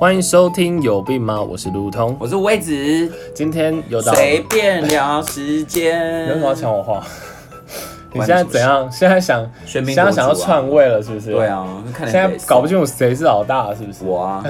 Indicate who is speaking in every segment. Speaker 1: 欢迎收听有病吗？我是卢通，
Speaker 2: 我是魏子，
Speaker 1: 今天又到
Speaker 2: 随便聊时间。
Speaker 1: 你为什么要抢我话？ 你
Speaker 2: 关
Speaker 1: 现
Speaker 2: 你
Speaker 1: 在
Speaker 2: 什么
Speaker 1: 怎样？现在想，
Speaker 2: 喧宾
Speaker 1: 现
Speaker 2: 国主啊
Speaker 1: 在想要篡位了是不是？
Speaker 2: 对。啊，看
Speaker 1: 现
Speaker 2: 来
Speaker 1: 在搞不清楚谁是老大是不是？
Speaker 2: 我啊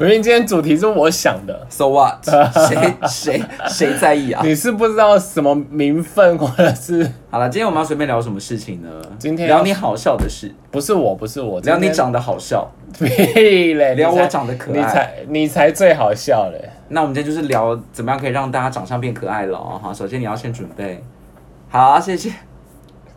Speaker 1: 明明今天主题是我想的，
Speaker 2: ，So what？谁谁谁在意啊？
Speaker 1: 你是不知道什么名分或者是
Speaker 2: 好了，今天我们要随便聊什么事情呢？
Speaker 1: 今天
Speaker 2: 聊你好笑的事，
Speaker 1: 不是我不是我，
Speaker 2: 聊
Speaker 1: 今
Speaker 2: 你
Speaker 1: 天
Speaker 2: 长得好笑。
Speaker 1: 屁嘞，
Speaker 2: 聊
Speaker 1: 你才
Speaker 2: 我长得可爱
Speaker 1: 你才你才最好笑嘞。
Speaker 2: 那我们今天就是聊怎么样可以让大家长相变可爱了哦哈。首先你要先准备，好，谢谢。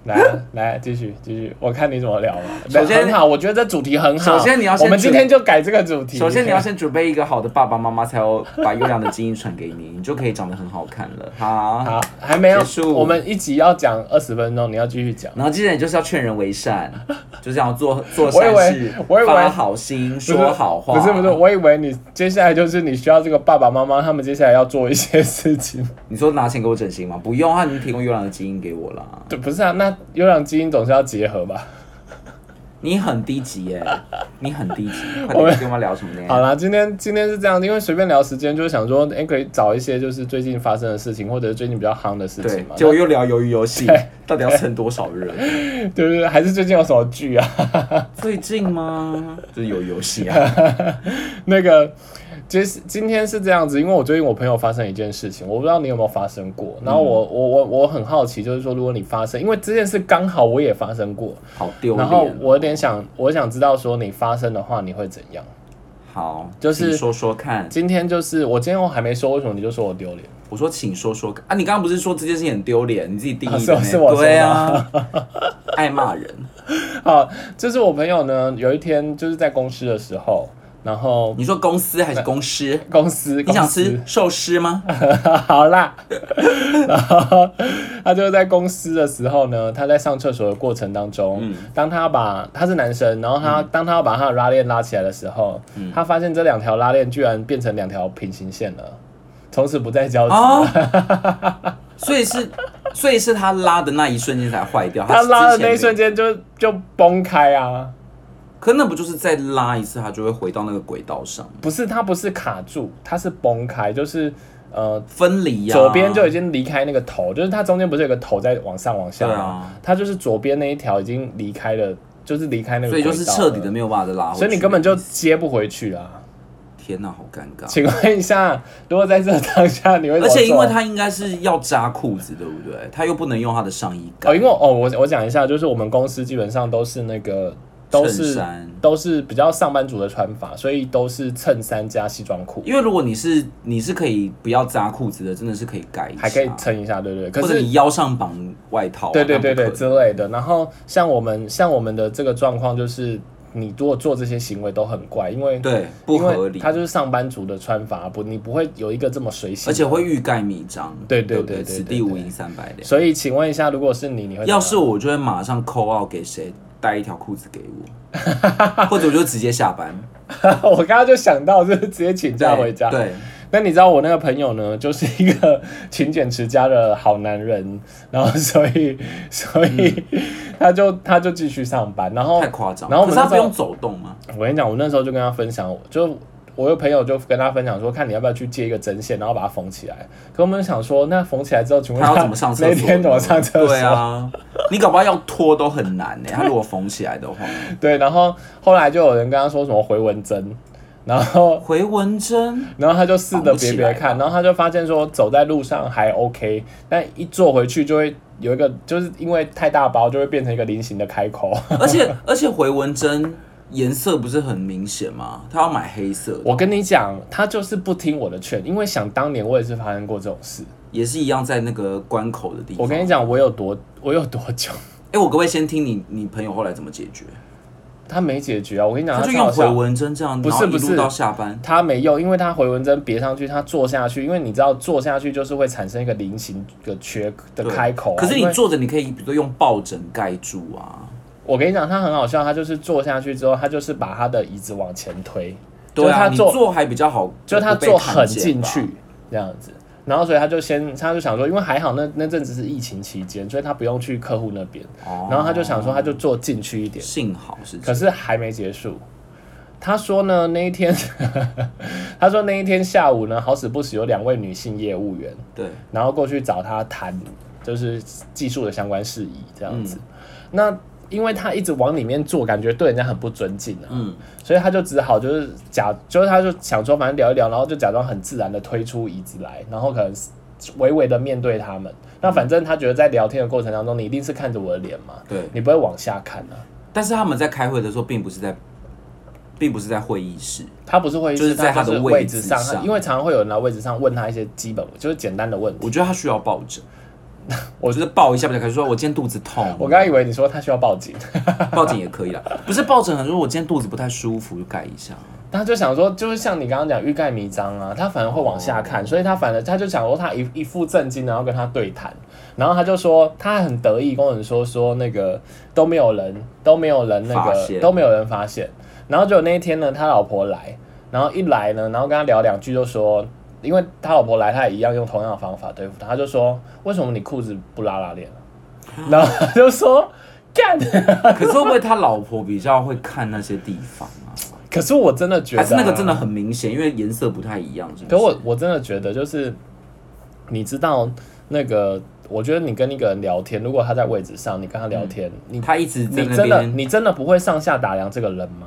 Speaker 1: 来啊 来，继续继续，我看你怎么聊嘛。
Speaker 2: 首先
Speaker 1: 很好，我觉得这主题很好。
Speaker 2: 首先你要先
Speaker 1: 我们今
Speaker 2: 准
Speaker 1: 天就改这个主题。
Speaker 2: 首先你要先准备一个好的爸爸妈妈，才有把优良的基因传给你，你就可以长得很好看了。好，
Speaker 1: 好，还没有
Speaker 2: 结，束
Speaker 1: 我们一集要讲二十分钟，你要继续讲。
Speaker 2: 然后接着你就是要劝人为善，就是要做做
Speaker 1: 我以
Speaker 2: 善
Speaker 1: 为
Speaker 2: 事，
Speaker 1: 我以为
Speaker 2: 发好心，
Speaker 1: 不
Speaker 2: 说
Speaker 1: 是
Speaker 2: 好话。
Speaker 1: 不是不是，，我以为你接下来就是你需要这个爸爸妈妈，他们接下来要做一些事情。
Speaker 2: 你说拿钱给我整形吗？不用，他已经提供优良的基因给我啦。
Speaker 1: 对，不是啊，那优良基因总是要结合吧？
Speaker 2: 你很低级耶、你很低级。快
Speaker 1: 我们啊
Speaker 2: 点跟我们聊什么呢？
Speaker 1: 好啦，今天今天是这样，因为随便聊时间，就是想说，哎、可以找一些就是最近发生的事情，或者是最近比较夯的事
Speaker 2: 对
Speaker 1: 情嘛，。
Speaker 2: 结果又聊鱿鱼游戏，到底要蹭多少人？
Speaker 1: 对对对，还是最近有什么剧啊？
Speaker 2: 最近吗？就是有游戏啊，
Speaker 1: 那个，其实今天是这样子，因为我最近我朋友发生一件事情，我不知道你有没有发生过。然
Speaker 2: 嗯
Speaker 1: 后我、我我我很好奇，就是说，如果你发生，因为这件事刚好我也发生过，
Speaker 2: 好丢
Speaker 1: 然后
Speaker 2: 脸。
Speaker 1: 我有点想，我想知道说你发生的话你会怎样。
Speaker 2: 好，
Speaker 1: 就是
Speaker 2: 请说说看。
Speaker 1: 今天就是我今天我还没说，为什么你就说我丢脸？
Speaker 2: 我说，请说说看啊！你刚刚不是说这件事情很丢脸，你自己定义的、
Speaker 1: 啊
Speaker 2: 呢？
Speaker 1: 是是我
Speaker 2: 对啊， 爱骂人。
Speaker 1: 好，就是我朋友呢，有一天就是在公司的时候，然后
Speaker 2: 你说公司还是公司？
Speaker 1: 公司
Speaker 2: 你想
Speaker 1: 公司
Speaker 2: 吃寿 司吗？
Speaker 1: 好啦， 然后他就在公司的时候呢，他在上厕所的过程当中，
Speaker 2: 嗯
Speaker 1: 当他把他是男生，然后他、当他要把他的拉链拉起来的时候，
Speaker 2: 嗯
Speaker 1: 他发现这两条拉链居然变成两条平行线了，从此不再交织。
Speaker 2: 哦，所以是，所以是他拉的那一瞬间才坏掉。
Speaker 1: 他拉的
Speaker 2: 之前
Speaker 1: 那
Speaker 2: 没
Speaker 1: 一瞬，间就就崩开啊！
Speaker 2: 可那不就是再拉一次，他就会回到那个轨道上，
Speaker 1: 不是，他不是卡住，他是崩开，就是呃，
Speaker 2: 分离啊呀、
Speaker 1: 左边就已经离开那个头，就是它中间不是有个头在往上往下
Speaker 2: 对
Speaker 1: 吗
Speaker 2: 啊？
Speaker 1: 它就是左边那一条已经离开了，就是离开那个，
Speaker 2: 所以就是彻底的，没有办法再拉回去。
Speaker 1: 所以你根本就接不回去啊！
Speaker 2: 天哪，好尴尬。
Speaker 1: 请问一下，如果在这当下你会怎么
Speaker 2: 而
Speaker 1: 做，
Speaker 2: 且因为他应该是要扎裤子，对不对？他又不能用他的上衣
Speaker 1: 哦，
Speaker 2: 盖，
Speaker 1: 因为哦，我我讲一下，就是我们公司基本上都是那个都
Speaker 2: 衬
Speaker 1: 是
Speaker 2: 衫
Speaker 1: 都是比较上班族的穿法，所以都是衬衫加西装裤，
Speaker 2: 因为如果你是你是可以不要扎裤子的，真的是可以盖一下，
Speaker 1: 还哎可以撑一下，对不对？可
Speaker 2: 或
Speaker 1: 是
Speaker 2: 者你腰上绑外套、啊，
Speaker 1: 对对对
Speaker 2: 那
Speaker 1: 对
Speaker 2: 不可
Speaker 1: 之类的。然后像我们像我们的这个状况，就是你如果做这些行为都很怪，因为
Speaker 2: 对不合
Speaker 1: 因为
Speaker 2: 理，
Speaker 1: 它就是上班族的穿法，不你不会有一个这么随性，
Speaker 2: 而且。会欲盖弥彰，
Speaker 1: 对对对
Speaker 2: 对不
Speaker 1: 对对
Speaker 2: 此地无银三百两。
Speaker 1: 所以，请问一下，如果是你，你会怎么
Speaker 2: 要是我就会马上扣号给谁带一条裤子给我，或者我就直接下 班
Speaker 1: 我刚刚就想到，就是直接请假回家。
Speaker 2: 对，对
Speaker 1: 那你知道我那个朋友呢，就是一个 勤俭持家的好男人，然后所以所以、
Speaker 2: 嗯
Speaker 1: 他就他就继续上班，然后
Speaker 2: 太夸张。
Speaker 1: 哦然后我们
Speaker 2: 可是他
Speaker 1: 那
Speaker 2: 不
Speaker 1: 时候
Speaker 2: 用走动吗？
Speaker 1: 我跟你讲，我那时候就跟他分享，就我有朋友就跟他分享说，看你要不要去接一个针线，然后把它缝起来。可我们想说，那缝起来之后，请问
Speaker 2: 他要怎么上厕 所？
Speaker 1: 那天怎么上厕所？
Speaker 2: 对啊，你搞不好要脱都很难呢、他如果缝起来的话，
Speaker 1: 对，然后后来就有人跟他说什么回纹针，然后
Speaker 2: 回纹针。
Speaker 1: 然后他就试着
Speaker 2: 绑不
Speaker 1: 别
Speaker 2: 起
Speaker 1: 别
Speaker 2: 来
Speaker 1: 看，然后他就发现说走在路上还 OK，但一坐回去就会有一个，就是因为太大包就会变成一个菱形的开口。
Speaker 2: 而且而且回纹针颜色不是很明显吗？他要买黑色的，
Speaker 1: 我跟你讲，他就是不听我的劝，因为想当年我也是发生过这种事。
Speaker 2: 也是一样在那个关口的地方。
Speaker 1: 我跟你
Speaker 2: 哎、
Speaker 1: 讲，我有多我有多久。
Speaker 2: 我可不可以先听你你朋友后来怎么解决？
Speaker 1: 他没解决啊！我跟你讲，
Speaker 2: 他就
Speaker 1: 超
Speaker 2: 用
Speaker 1: 好
Speaker 2: 回
Speaker 1: 笑
Speaker 2: 纹针这样，
Speaker 1: 不是
Speaker 2: 然后一
Speaker 1: 不
Speaker 2: 路
Speaker 1: 是
Speaker 2: 到下班。
Speaker 1: 他没用，因为他回纹针别上去，他坐下去，因为你知道坐下去就是会产生一个菱形的缺的
Speaker 2: 对
Speaker 1: 开口啊、
Speaker 2: 可是
Speaker 1: 因
Speaker 2: 你
Speaker 1: 为
Speaker 2: 坐着，你可以比如说用抱枕盖住啊。
Speaker 1: 我跟你讲，他很好笑，他就是坐下去之后，他就是把他的椅子往前推，就
Speaker 2: 对
Speaker 1: 是
Speaker 2: 啊，
Speaker 1: 他
Speaker 2: 你
Speaker 1: 坐，
Speaker 2: 坐还比较好，
Speaker 1: 就是他
Speaker 2: 不被
Speaker 1: 坐
Speaker 2: 看
Speaker 1: 很
Speaker 2: 见
Speaker 1: 进
Speaker 2: 吧。
Speaker 1: 去这样子。然后，所以他就先，他就想说，因为还好那那阵子是疫情期间，所以他不用去客户那边。
Speaker 2: 哦
Speaker 1: 然后他就想说，他就坐进去一点。
Speaker 2: 幸好是这
Speaker 1: 可
Speaker 2: 样，
Speaker 1: 是还没结束，他说呢，那一天， 他说那一天下午呢，好死不死有两位女性业务员，
Speaker 2: 对，
Speaker 1: 然后过去找他谈，就是技术的相关事宜这样子。那因为他一直往里面做，感觉对人家很不尊敬啊，
Speaker 2: 嗯，
Speaker 1: 所以他就只好就是假，就是他就想说反正聊一聊，然后就假装很自然的推出椅子来，然后可能微微的面对他们。那反正他觉得在聊天的过程当中，你一定是看着我的脸嘛，
Speaker 2: 对。
Speaker 1: 你不会往下看啊。
Speaker 2: 但是他们在开会的时候，并不是在，并不是在会议室，
Speaker 1: 他不是会议室
Speaker 2: 就是在
Speaker 1: 他
Speaker 2: 他的
Speaker 1: 是
Speaker 2: 位
Speaker 1: 位
Speaker 2: 置
Speaker 1: 置上，他
Speaker 2: 上
Speaker 1: 因为常常会有人来位置上问他一些基本就是简单的问题。
Speaker 2: 我觉得他需要抱 着。我就是抱一下比较开心，说我今天肚子痛，
Speaker 1: 我刚刚以为你说他需要报警，
Speaker 2: 报警也可以啦，不是抱枕，很多我今天肚子不太舒服就盖一下。啊
Speaker 1: 他就想说，就是像你刚刚讲欲盖弥彰啊，他反而会往下
Speaker 2: 哦
Speaker 1: 看，所以他反而他就想说他一一副震惊，然后跟他对谈，然后他就说他很得意跟我们说说那个都没有人都没有人那
Speaker 2: 发
Speaker 1: 个
Speaker 2: 现
Speaker 1: 都没有人发现，然后就那一天呢，他老婆来，然后一来呢，然后跟他聊两句就说。因为他老婆来，他也一样用同样的方法对付他。他就说：“为什么你裤子不拉拉链、啊？”然后他就说：“干！”
Speaker 2: 可是会不会他老婆比较会看那些地方啊？
Speaker 1: 可是我真的觉得、
Speaker 2: 还
Speaker 1: 啊，
Speaker 2: 是那个真的很明显，因为颜色不太一样，是不是
Speaker 1: 可我我真的觉得，就是你知道那个，我觉得你跟一个人聊天，如果他在位置上，你跟他聊天，你
Speaker 2: 嗯他一直在
Speaker 1: 你
Speaker 2: 那
Speaker 1: 真的
Speaker 2: 边，
Speaker 1: 你真的不会上下打量这个人吗？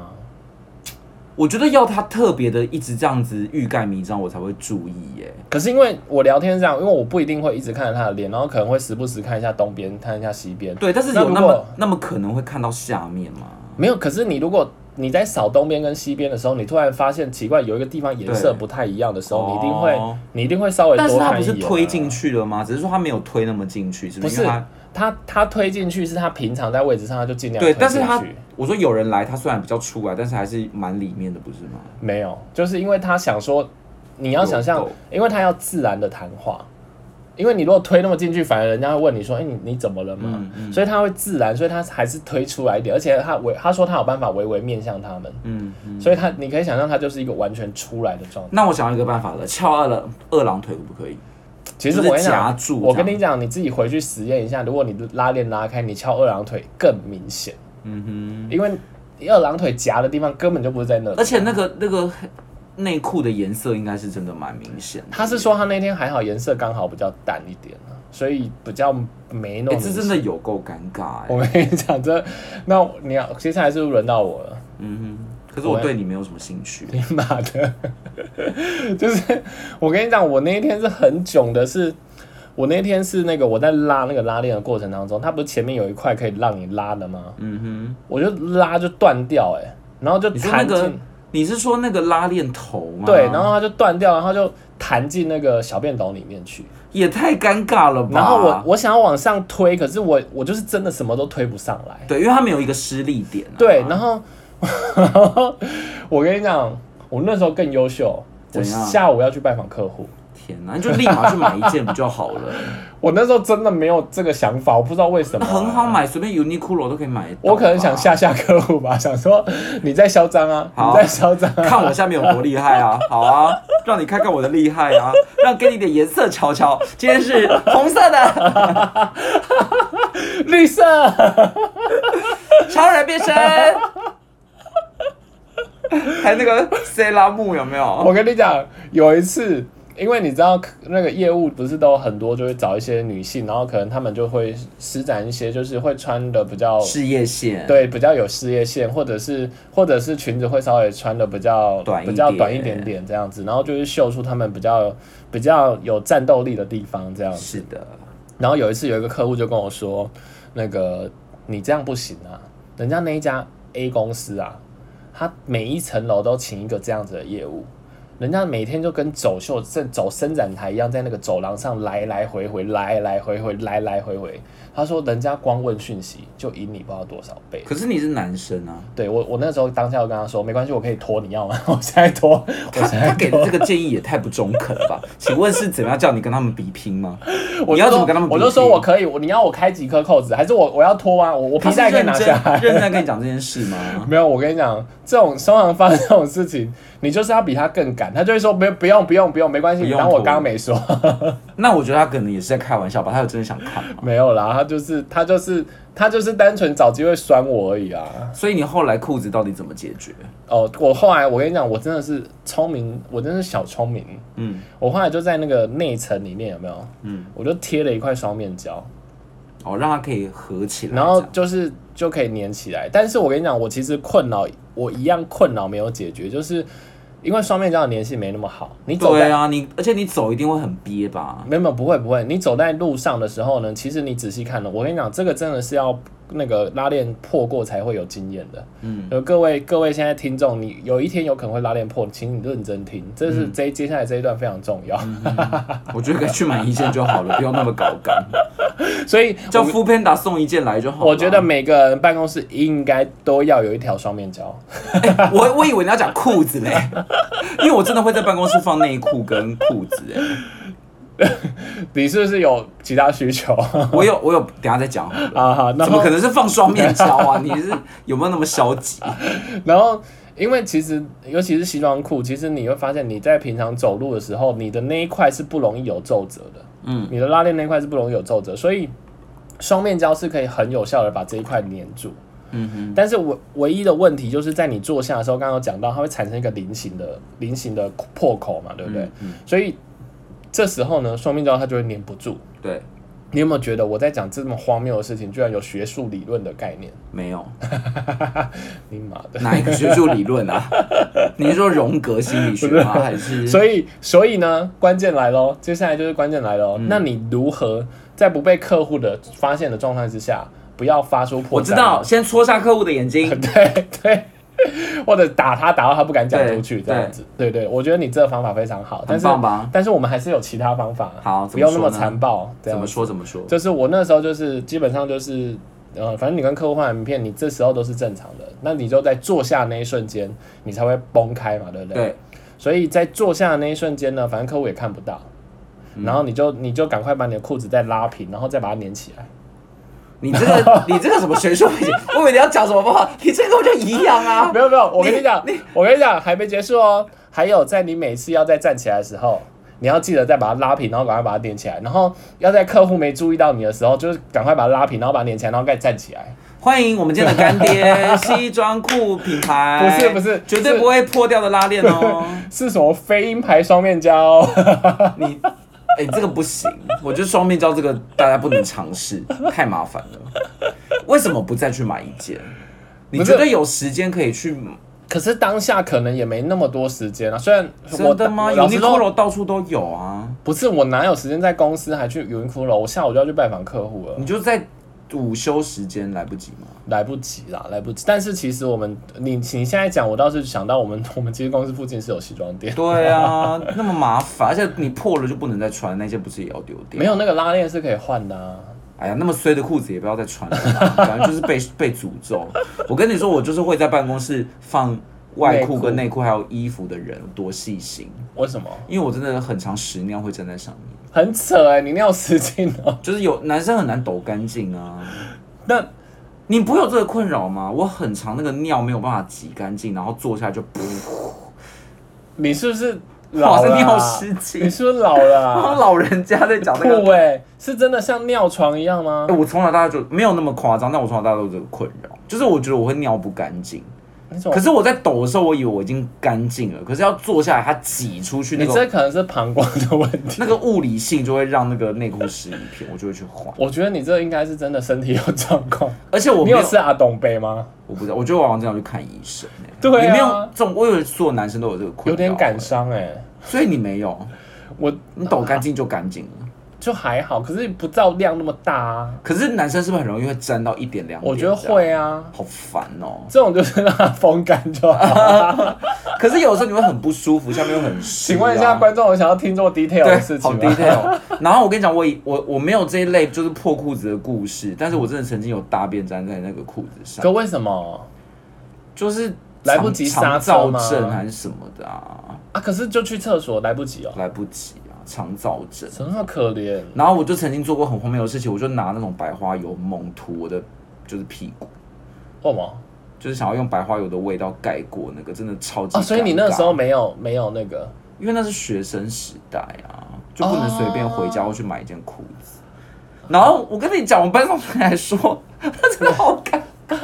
Speaker 2: 我觉得要他特别的一直这样子欲盖弥彰，我才会注意耶。
Speaker 1: 可是因为我聊天是这样，因为我不一定会一直看着他的脸，然后可能会时不时看一下东边，看一下西边。
Speaker 2: 对，但是
Speaker 1: 那
Speaker 2: 有
Speaker 1: 如
Speaker 2: 那
Speaker 1: 果
Speaker 2: 么那么可能会看到下面吗？
Speaker 1: 没有，可是你如果你在扫东边跟西边的时候，你突然发现奇怪有一个地方颜色
Speaker 2: 对
Speaker 1: 不太一样的时候，
Speaker 2: 哦
Speaker 1: 你一定会你一定会稍微
Speaker 2: 但是
Speaker 1: 多
Speaker 2: 他
Speaker 1: 看
Speaker 2: 不
Speaker 1: 一眼啊、
Speaker 2: 是推进去了吗？只是说他没有推那么进去，是不
Speaker 1: 不
Speaker 2: 是？
Speaker 1: 是
Speaker 2: 因为他
Speaker 1: 他他推进去是他平常在位置上他就尽量
Speaker 2: 对，
Speaker 1: 推
Speaker 2: 但是
Speaker 1: 进
Speaker 2: 他
Speaker 1: 去
Speaker 2: 我说有人来，他虽然比较出来，但是还是蛮里面的，不是吗？
Speaker 1: 没有，就是因为他想说，你要想象
Speaker 2: 有够，
Speaker 1: 因为他要自然的谈话，因为你如果推那么进去，反而人家会问你说：“哎、你你怎么了嘛？”
Speaker 2: 嗯
Speaker 1: 所以他会自然，所以他还是推出来一点，而且他微他说他有办法微微面向他们，
Speaker 2: 嗯，
Speaker 1: 所以他你可以想象他就是一个完全出来的状态。
Speaker 2: 那我想到一个办法了，翘二郎二郎腿可不可以？
Speaker 1: 其实我
Speaker 2: 就是
Speaker 1: 跟你
Speaker 2: 夹
Speaker 1: 讲
Speaker 2: 住，
Speaker 1: 我跟
Speaker 2: 这样
Speaker 1: 你讲，你自己回去实验一下，如果你拉链拉开，你翘二郎腿更明显，
Speaker 2: 嗯
Speaker 1: 因为二郎腿夹的地方根本就不是在那
Speaker 2: 哼，
Speaker 1: 里。
Speaker 2: 而且那个那个内裤的颜色应该是真的蛮明显的。
Speaker 1: 他是说他那天还好颜色刚好比较淡一点啊所以比较没那
Speaker 2: 哎、
Speaker 1: 么、
Speaker 2: 这真的。有够尴尬哎、
Speaker 1: 我跟你讲，这那我你要接下来是不是轮到我了？
Speaker 2: 嗯哼，可是我对你没有什么兴趣。
Speaker 1: 你妈的！ 就是我跟你讲，我那一天是很囧的是，我那天是那个我在拉那个拉链的过程当中，它不是前面有一块可以让你拉的吗？
Speaker 2: 嗯
Speaker 1: 我就拉就断掉哎、然后就
Speaker 2: 哼，你说那
Speaker 1: 弹进、
Speaker 2: 个你是说那个拉链头吗？
Speaker 1: 对，然后它就断掉，然后就弹进那个小便斗里面去。
Speaker 2: 也太尴尬了吧？
Speaker 1: 然后我我想要往上推，可是我我就是真的什么都推不上来。
Speaker 2: 对，因为他没有一个失力点、啊。
Speaker 1: 对，然后 我跟你讲，我那时候更优秀，我
Speaker 2: 怎样
Speaker 1: 下午要去拜访客户。
Speaker 2: 天哪，你就立马去买一件不就好 了？
Speaker 1: 我那时候真的没有这个想法，我不知道为什
Speaker 2: 那
Speaker 1: 么、啊
Speaker 2: 很好。买，随便 Uniqlo 都可以买得到吧。
Speaker 1: 我可能想吓吓客户吧，想说你在嚣张啊，
Speaker 2: 好
Speaker 1: 你在嚣张、啊。
Speaker 2: 看我下面有多厉害啊！好啊，让你看看我的厉害啊， 让给你点颜色瞧瞧。今天是红色的，
Speaker 1: 绿色，
Speaker 2: 超人 变身。还有那个塞拉木有没有？
Speaker 1: 我跟你讲，有一次，因为你知道那个业务不是都很多，就会找一些女性，然后可能她们就会施展一些，就是会穿的比较
Speaker 2: 事业线，，
Speaker 1: 对，比较有事业线，或者是或者是裙子会稍微穿的比较
Speaker 2: 短一
Speaker 1: 比较短一
Speaker 2: 点
Speaker 1: 点点这样子，然后就是秀出他们比较比较有战斗力的地方这样子。
Speaker 2: 是的，
Speaker 1: 然后有一次有一个客户就跟我说，那个你这样不行啊，人家那一家 A 公司啊，他每一层楼都请一个这样子的业务。人家每天就跟走秀、正走伸展台一样，在那个走廊上来来回回、来来回回、来来回回。他说，人家光问讯息就赢你不知道多少倍。
Speaker 2: 可是你是男生啊，
Speaker 1: 对我，我那时候当下就跟他说，没关系，我可以拖，你要吗？ 我现在 拖， 我
Speaker 2: 他
Speaker 1: 现
Speaker 2: 他
Speaker 1: 在
Speaker 2: 给
Speaker 1: 拖。
Speaker 2: 的这个建议也太不中肯 了吧？请问是怎么样叫你跟他们比拼吗？
Speaker 1: 我
Speaker 2: 你
Speaker 1: 就
Speaker 2: 要
Speaker 1: 说
Speaker 2: 怎么跟他们比
Speaker 1: 我
Speaker 2: 拼？
Speaker 1: 就说我可以，我你要我开几颗扣子，还是我我要脱啊？我我
Speaker 2: 他
Speaker 1: 皮
Speaker 2: 是
Speaker 1: 带可以
Speaker 2: 认
Speaker 1: 拿
Speaker 2: 真
Speaker 1: 下来。
Speaker 2: 认真跟你讲这件事吗？
Speaker 1: 没有，我跟你讲，这种通常发生这种事情，你就是要比他更感，他就会说不不用不用不用，没关系，
Speaker 2: 不
Speaker 1: 你
Speaker 2: 用
Speaker 1: 当我
Speaker 2: 涂
Speaker 1: 刚刚没说。
Speaker 2: 那我觉得他可能也是在开玩笑吧，他有真的想看吗？
Speaker 1: 没有啦，他就是他就是他就是单纯找机会酸我而已啊。
Speaker 2: 所以你后来裤子到底怎么解决？
Speaker 1: 哦，我后来我跟你讲，我真的是聪明，我真的是小聪明。
Speaker 2: 嗯
Speaker 1: 我后来就在那个内层里面有没有？
Speaker 2: 嗯，
Speaker 1: 我就贴了一块双面胶，
Speaker 2: 哦，让它可以合起来，
Speaker 1: 然后
Speaker 2: 这样
Speaker 1: 就是就可以粘起来。但是我跟你讲，我其实困扰我一样困扰没有解决，就是因为双面胶的粘性没那么好。你走在
Speaker 2: 对啊，你而且你走一定会很憋吧？
Speaker 1: 没有没有不会不会，你走在路上的时候呢，其实你仔细看了，我跟你讲，这个真的是要那个拉链破过才会有经验的。
Speaker 2: 嗯，
Speaker 1: 呃，各位各位现在听众，你有一天有可能会拉链破，请你认真听，这
Speaker 2: 嗯
Speaker 1: 是这一接下来这一段非常重要。
Speaker 2: 我觉得可以去买一件就好了，不用那么搞 干，
Speaker 1: 所 以
Speaker 2: 叫 f o o Panda 送一件来就好了。
Speaker 1: 我觉得每个人办公室应该都要有一条双面胶。
Speaker 2: 哎我我以为你要讲裤子嘞， 因为我真的会在办公室放内裤跟裤子哎，
Speaker 1: 你是不是有其他需求啊？
Speaker 2: 我有我有，等一下再讲。
Speaker 1: 好，那
Speaker 2: 怎么可能是放双面胶 啊？你是有没有那么消极？
Speaker 1: 然后，因为其实尤其是西装裤，其实你会发现你在平常走路的时候，你的那一块是不容易有皱褶的，
Speaker 2: 嗯，
Speaker 1: 你的拉链那一块是不容易有皱褶，所以双面胶是可以很有效的把这一块粘住。
Speaker 2: 嗯哼，
Speaker 1: 但是唯唯一的问题就是在你坐下的时候，刚刚有讲到它会产生一个菱形的菱形的破口嘛，对不对？
Speaker 2: 嗯
Speaker 1: 所以这时候呢，双面胶它就会粘不住。
Speaker 2: 对，
Speaker 1: 你有没有觉得我在讲这么荒谬的事情，居然有学术理论的概念？
Speaker 2: 没有
Speaker 1: 你妈的！
Speaker 2: 哪一个学术理论 啊？你是说荣格心理学吗？还是
Speaker 1: 所以，所以呢，关键来喽，接下来就是关键来喽。
Speaker 2: 嗯
Speaker 1: 那你如何在不被客户的发现的状态之下，不要发出破绽？
Speaker 2: 我知道，，先戳瞎客户的眼 睛。
Speaker 1: 对对， 或者打他打到他不敢讲
Speaker 2: 对
Speaker 1: 出去这
Speaker 2: 对
Speaker 1: 样子。对对，我觉得你这个方法非常好，但
Speaker 2: 很
Speaker 1: 是
Speaker 2: 棒吧
Speaker 1: 但是我们还是有其他方法，
Speaker 2: 好
Speaker 1: 不用那么
Speaker 2: 怎么说呢
Speaker 1: 残暴。这
Speaker 2: 怎么
Speaker 1: 样，
Speaker 2: 说怎么说？
Speaker 1: 就是我那时候就是基本上就是。呃，反正你跟客户换名片，你这时候都是正常的，那你就在坐下那一瞬间，你才会崩开嘛，对不对？
Speaker 2: 对，
Speaker 1: 所以在坐下的那一瞬间呢，反正客户也看不到，然后你就你就赶快把你的裤子再拉平，然后再把它粘起来。
Speaker 2: 你这个你这个什么学术背景？ 我以为你要讲什么不好，你这个就一样 啊
Speaker 1: 没。有没有，我跟你讲
Speaker 2: 你，
Speaker 1: 我跟你讲，还没结束哦。还有，在你每次要再站起来的时候，你要记得再把它拉平，然后赶快把它粘起来。然后要在客户没注意到你的时候，就是赶快把它拉平，然后把它粘起来，然后再站起来。
Speaker 2: 欢迎我们今天的 干爹西装裤品牌，
Speaker 1: 不是不是
Speaker 2: 绝对不会破掉的拉链哦。
Speaker 1: 是什么飞鹰牌双面胶？
Speaker 2: 你哎、这个不行，我觉得双面胶这个大家不能尝试， 太麻烦了。为什么不再去买一件？你
Speaker 1: 不是
Speaker 2: 绝对有时间可以去。
Speaker 1: 可是当下可能也没那么多时间啊。虽然我
Speaker 2: 真的吗
Speaker 1: 我老实说
Speaker 2: ？Uniqlo 到处都有啊，
Speaker 1: 不是我哪有时间在公司还去 Uniqlo？我下午就要去拜访客户了。
Speaker 2: 你就在午休时间来不及吗？
Speaker 1: 来不及啦，来不及。但是其实我们，你你现在讲，我倒是想到我们 我们其实公司附近是有西装店，
Speaker 2: 对啊， 那么麻烦，而且你破了就不能再穿，那些不是也要丢掉？
Speaker 1: 没有那个拉链是可以换的、啊。
Speaker 2: 哎呀，那么衰的裤子也不要再穿了 啦，感觉就是被被诅咒。我跟你说，我就是会在办公室放外裤跟内裤还有衣服的人，多细心，
Speaker 1: 为什么？
Speaker 2: 因为我真的很常屎尿会站在上面，
Speaker 1: 很扯哎、你尿失禁哦。
Speaker 2: 就是有男生很难抖干净啊。
Speaker 1: 那
Speaker 2: 你不会有这个困扰吗？我很常那个尿没有办法挤干净，然后坐下就噗，
Speaker 1: 你是不是
Speaker 2: 哇
Speaker 1: 老
Speaker 2: 是
Speaker 1: 了、啊
Speaker 2: 尿失禁
Speaker 1: 你是不是老了、
Speaker 2: 然后
Speaker 1: 啊？
Speaker 2: 老人家在讲 那个
Speaker 1: 酷哎、是真的像尿床一样吗
Speaker 2: 欸？我从小到大就没有那么夸张，但我从小到大都有这个困扰，就是我觉得我会尿不干净。
Speaker 1: 那种
Speaker 2: 可是我在抖的时候，我以为我已经干净了，可是要坐下来，它挤出去那
Speaker 1: 你
Speaker 2: 个
Speaker 1: 这可能是膀胱的问题。
Speaker 2: 那个物理性就会让那个内裤湿一片，我就会去换。
Speaker 1: 我觉得你这应该是真的身体有状况。
Speaker 2: 而且我
Speaker 1: 你
Speaker 2: 没
Speaker 1: 有
Speaker 2: 有，
Speaker 1: 吃阿东杯吗？
Speaker 2: 我不知道，我觉得我好像真的要去看医生、欸。
Speaker 1: 对啊
Speaker 2: 你没有这种，我以为所有男生都有这个困扰、
Speaker 1: 有点感
Speaker 2: 欸，
Speaker 1: 伤哎、
Speaker 2: 所以你没有，
Speaker 1: 我
Speaker 2: 你抖干净就干净了。
Speaker 1: 就还好，可是不照量那么大啊。
Speaker 2: 可是男生是不是很容易会沾到一点两点？
Speaker 1: 我觉得，会啊，
Speaker 2: 好烦哦、
Speaker 1: 这种就是让它风干就好。
Speaker 2: 可是有时候你会很不舒服，下面又很湿、啊。
Speaker 1: 请问一下观众，我想要听这么 detail 的事
Speaker 2: 对，
Speaker 1: 情
Speaker 2: 好
Speaker 1: 吗？
Speaker 2: detail。然后我跟你讲，我以我我没有这一类就是破裤子的故事，但是我真的曾经有大便粘在那个裤子上
Speaker 1: 可，为什么
Speaker 2: 就是肠
Speaker 1: 来不及刹
Speaker 2: 肠
Speaker 1: 车
Speaker 2: 燥
Speaker 1: 吗
Speaker 2: 症还是什么的啊，
Speaker 1: 啊？可是就去厕所来不及哦，
Speaker 2: 来不及啊，肠燥症。
Speaker 1: 真的可怜。
Speaker 2: 然后我就曾经做过很荒谬的事情，我就拿那种白花油猛涂我的就是屁股，
Speaker 1: 为什么？
Speaker 2: 就是想要用白花油的味道盖过那个，真的超级尴尬、
Speaker 1: 哦，所以你那时候没有没有那个，
Speaker 2: 因为那是学生时代啊，就不能随便回
Speaker 1: 哦
Speaker 2: 家或去买一件裤子。然后我跟你讲，我们班上同学还说， 他真的好尴尬。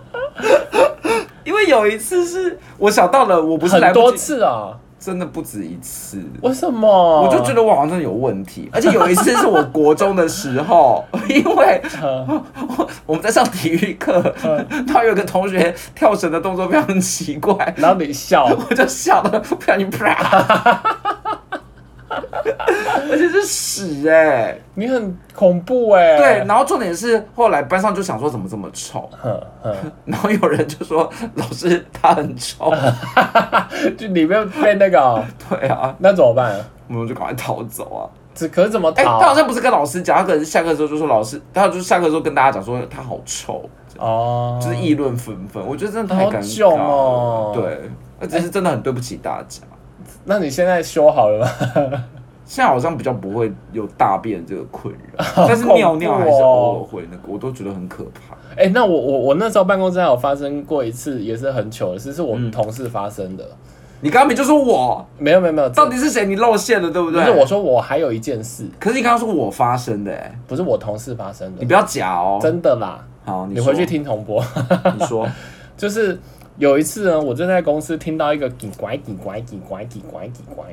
Speaker 2: 因为有一次是我想到了，我不是来
Speaker 1: 很
Speaker 2: 不
Speaker 1: 多
Speaker 2: 及，
Speaker 1: 次啊？
Speaker 2: 真的不止一次。
Speaker 1: 为什么？
Speaker 2: 我就觉得我好像真的有问题，而且有一次是我国中的时候， 因为
Speaker 1: 呃
Speaker 2: 我我们在上体育课，然后有一个同学跳绳的动作非常奇怪，
Speaker 1: 然后你笑，
Speaker 2: 我就笑的不小心啪， 而且是屎哎、
Speaker 1: 你很恐怖哎、
Speaker 2: 对，，然后重点是后来班上就想说怎么这么臭，
Speaker 1: 哼哼，
Speaker 2: 然后有人就说老师他很臭，
Speaker 1: 就里面被那个哦、
Speaker 2: 对啊，
Speaker 1: 那怎么办？
Speaker 2: 我们就赶快逃走啊。
Speaker 1: 这可是怎么
Speaker 2: 哎、
Speaker 1: 逃？
Speaker 2: 他好像不是跟老师讲，他可能是下课的时候就说老师，他就是下课的时候跟大家讲说他好臭，
Speaker 1: 哦，
Speaker 2: 就是议论纷纷。我觉得真的太尴
Speaker 1: 好
Speaker 2: 尬
Speaker 1: 囧
Speaker 2: 了，
Speaker 1: 哦
Speaker 2: 对，而且是真的很对不起大家。
Speaker 1: 那你现在修好了吗？
Speaker 2: 现在好像比较不会有大便这个困 扰，
Speaker 1: 怖
Speaker 2: 但是尿尿还是
Speaker 1: 哦
Speaker 2: 偶尔会那个，我都觉得很可怕。
Speaker 1: 哎、那我我我那时候办公室还有发生过一次，也是很糗的事，是我
Speaker 2: 嗯
Speaker 1: 们同事发生的。
Speaker 2: 你刚刚明就说我，
Speaker 1: 没有没有没有，
Speaker 2: 到底是谁？你露馅了，对不
Speaker 1: 不
Speaker 2: 对？
Speaker 1: 是我，说我还有一件事，
Speaker 2: 可是你刚刚说我发生的、哎，
Speaker 1: 不是我同事发生
Speaker 2: 你
Speaker 1: 的，
Speaker 2: 不要假哦。
Speaker 1: 真的啦，
Speaker 2: 好，
Speaker 1: 你
Speaker 2: 说
Speaker 1: 回去，听重播。
Speaker 2: 你说，
Speaker 1: 就是有一次呢，我就在公司听到一个叽拐叽拐叽拐叽拐叽拐，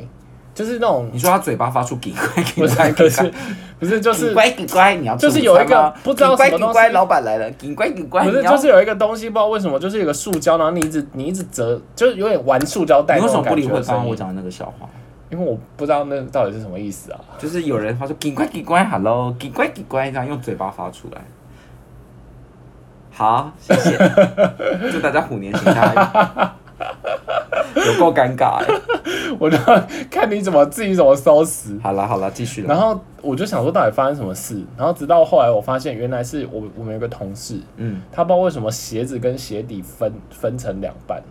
Speaker 1: 就是那种
Speaker 2: 你说他嘴巴发出给怪给
Speaker 1: 不是
Speaker 2: 怪
Speaker 1: 不
Speaker 2: 给
Speaker 1: 是
Speaker 2: 怪。
Speaker 1: 不是就是
Speaker 2: 给乖给乖，你要吃
Speaker 1: 就是有一个
Speaker 2: 午餐吗
Speaker 1: 不知道
Speaker 2: 给乖
Speaker 1: 什么东西
Speaker 2: 给乖，老板来了，给乖给乖，
Speaker 1: 不是
Speaker 2: 你要
Speaker 1: 就是有一个东西，不知道为什么就是有个塑胶，然后你一直你一直折，就是有点玩塑胶袋
Speaker 2: 你
Speaker 1: 那
Speaker 2: 为什
Speaker 1: 种
Speaker 2: 么不
Speaker 1: 感
Speaker 2: 理
Speaker 1: 觉的
Speaker 2: 会刚
Speaker 1: 声
Speaker 2: 刚我
Speaker 1: 音。
Speaker 2: 讲的那个笑话？
Speaker 1: 因为我不知道那到底是什么意思啊。
Speaker 2: 就是有人他说“给乖给乖 ”，hello，给乖给乖，这样用嘴巴发出来。好，谢 谢，祝大家虎年行大运。有够尴尬、欸，
Speaker 1: 我就 看你怎么自己怎么收拾。
Speaker 2: 好啦好啦，继续
Speaker 1: 然
Speaker 2: 啦。
Speaker 1: 后我就想说到底发生什么事，然后直到后来我发现原来是我我们有个同事，
Speaker 2: 嗯，
Speaker 1: 他不知道为什么鞋子跟鞋底分分成两半，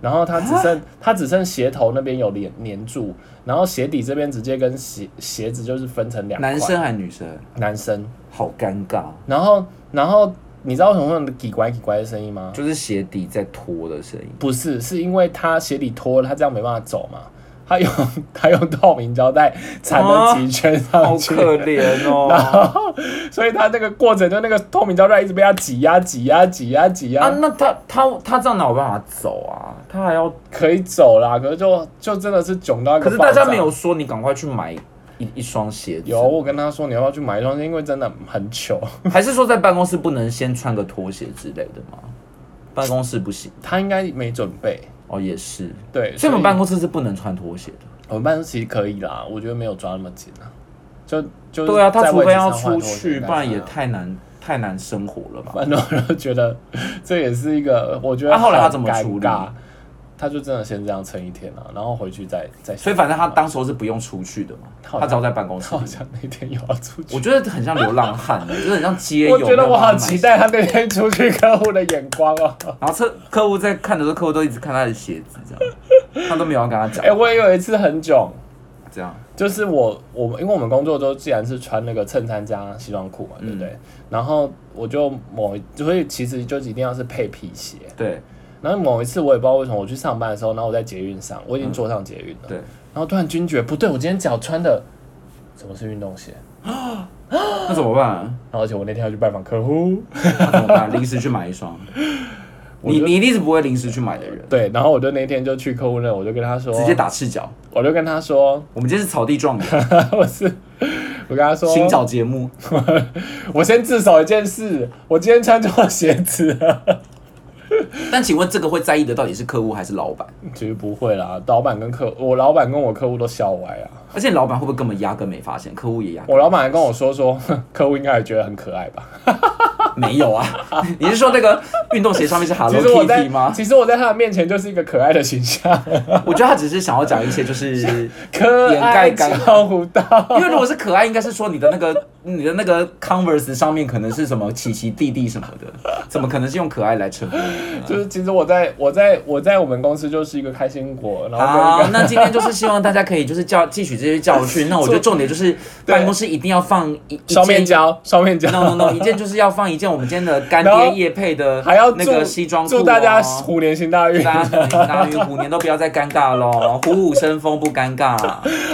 Speaker 1: 然后他只
Speaker 2: 啊
Speaker 1: 剩他只剩鞋头那边有连粘住，然后鞋底这边直接跟鞋鞋子就是分成两块。
Speaker 2: 男生还是女生？
Speaker 1: 男生，
Speaker 2: 好尴尬，
Speaker 1: 然后然后你知道为什么会有叽拐叽拐的声音吗？
Speaker 2: 就是鞋底在拖的 声音。
Speaker 1: 不是，是因为他鞋底脱了，他这样没办法走嘛。他用 他用透明胶带缠了几圈
Speaker 2: 好
Speaker 1: 上去，
Speaker 2: 可怜
Speaker 1: 然
Speaker 2: 哦！
Speaker 1: 后所以他那个过程就那个透明胶带一直被他挤压、挤压、挤压、挤压，
Speaker 2: 啊，那他他他这样哪有办法走啊？他还要，
Speaker 1: 可以走啦。可是就就真的是囧到一个
Speaker 2: 可是大
Speaker 1: 爆
Speaker 2: 家
Speaker 1: 炸
Speaker 2: 没有说你赶快去买一一双鞋子。
Speaker 1: 有，我跟他说你要不要去买一双，因为真的很糗。
Speaker 2: 还是说在办公室不能先穿个拖鞋之类的吗？办公室不行
Speaker 1: 他应该没准备，
Speaker 2: 哦，也是。
Speaker 1: 对，
Speaker 2: 所以我们
Speaker 1: 办
Speaker 2: 办公室是不能穿拖鞋的。
Speaker 1: 我们办公室其实可以啦，我觉得没有抓那么紧啊，就就
Speaker 2: 对啊，他
Speaker 1: 在
Speaker 2: 除
Speaker 1: 位置
Speaker 2: 非
Speaker 1: 上
Speaker 2: 要
Speaker 1: 换
Speaker 2: 出
Speaker 1: 拖鞋
Speaker 2: 去，
Speaker 1: 再
Speaker 2: 不然
Speaker 1: 穿
Speaker 2: 也
Speaker 1: 啊
Speaker 2: 太难太难生活 了吧？
Speaker 1: 反正我就觉得这也是一个，我觉得
Speaker 2: 啊后来他
Speaker 1: 很
Speaker 2: 怎么处理
Speaker 1: 尴尬？他就真的先这样撑一天啊，然后回去再再。
Speaker 2: 所以反正他当时候是不用出去的嘛，
Speaker 1: 好
Speaker 2: 他只要在办公室
Speaker 1: 他
Speaker 2: 里
Speaker 1: 好。像那天又要出去
Speaker 2: 我，觉得很像流浪汉，啊 就是很像街友。
Speaker 1: 我觉得我好
Speaker 2: 没有办法买
Speaker 1: 期待他那天出去客户的眼光 哦。
Speaker 2: 然后客客户在看的时候，客户都一直看他的鞋子，这样他都没有要跟他讲
Speaker 1: 哎、，我也有一次很囧，
Speaker 2: 这样
Speaker 1: 就是我我们因为我们工作都既然是穿那个衬衫加西装裤嘛，对不对？
Speaker 2: 嗯
Speaker 1: 然后我就某一所以其实就一定要是配皮鞋。
Speaker 2: 对
Speaker 1: 然后某一次我也不知道为什么我去上班的时候，然后我在捷运上，我已
Speaker 2: 嗯
Speaker 1: 经坐上捷运了，
Speaker 2: 对，
Speaker 1: 然后突然惊觉不对，我今天脚穿的怎么是运动鞋？
Speaker 2: 那怎么办、啊？
Speaker 1: 然后而且我那天要去拜访客户，
Speaker 2: 那怎么办？临时去买一双？
Speaker 1: 我
Speaker 2: 你
Speaker 1: 就
Speaker 2: 你一定是不会临时去买的人，
Speaker 1: 对，然后我就那天就去客户那，我就跟他说，
Speaker 2: 直接，打赤脚。
Speaker 1: 我就跟他说，
Speaker 2: 我们今天是草地状元，
Speaker 1: 我是，我跟他说，
Speaker 2: 寻找节目，
Speaker 1: 我先自首一件事，我今天穿错鞋子 了，
Speaker 2: 但请问这个会在意的到底是客户还是老板？
Speaker 1: 其实不会啦，老板跟客，我老板跟我客户都笑歪啊，
Speaker 2: 而且老板会不会根本压根没发现，客户也压根
Speaker 1: 我老板还跟我说说， 哼客户应该也觉得很可爱吧。
Speaker 2: 没 有啊？你是说那个运动鞋上面是 Hello
Speaker 1: 其实我在
Speaker 2: Kitty 吗，？
Speaker 1: 其实我在他的面前就是一个可爱的形象，
Speaker 2: 我觉得他只是 想要讲一些，就是
Speaker 1: 可
Speaker 2: 掩盖啊
Speaker 1: 爱
Speaker 2: 尴尬
Speaker 1: 照顾到。
Speaker 2: 因为如果是可爱，应该是说你的那个你的那个 Converse 上面可能是什么奇奇弟弟什么的，怎么可能是用可爱 来称呼？
Speaker 1: 就是其实我在我在我在我们公司就是一个开心果，然后
Speaker 2: 好，那今天就是希望大家可以就是教汲取这些教 训。那我觉得重点就是办公室一定要放一一
Speaker 1: 双面
Speaker 2: 件
Speaker 1: 胶，双面胶，
Speaker 2: No No No，一件就是要放一件我们今天的干
Speaker 1: 然
Speaker 2: 爹
Speaker 1: 后
Speaker 2: 叶配的，
Speaker 1: 还要
Speaker 2: 那
Speaker 1: 祝
Speaker 2: 个西装裤、哦。
Speaker 1: 祝大家虎年行大运。
Speaker 2: 大家大鱼虎年都不要再尴尬喽，虎虎生风不尴尬。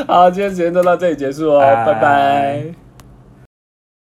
Speaker 1: 好，今天时间就到这里结束哦，
Speaker 2: 拜
Speaker 1: 拜拜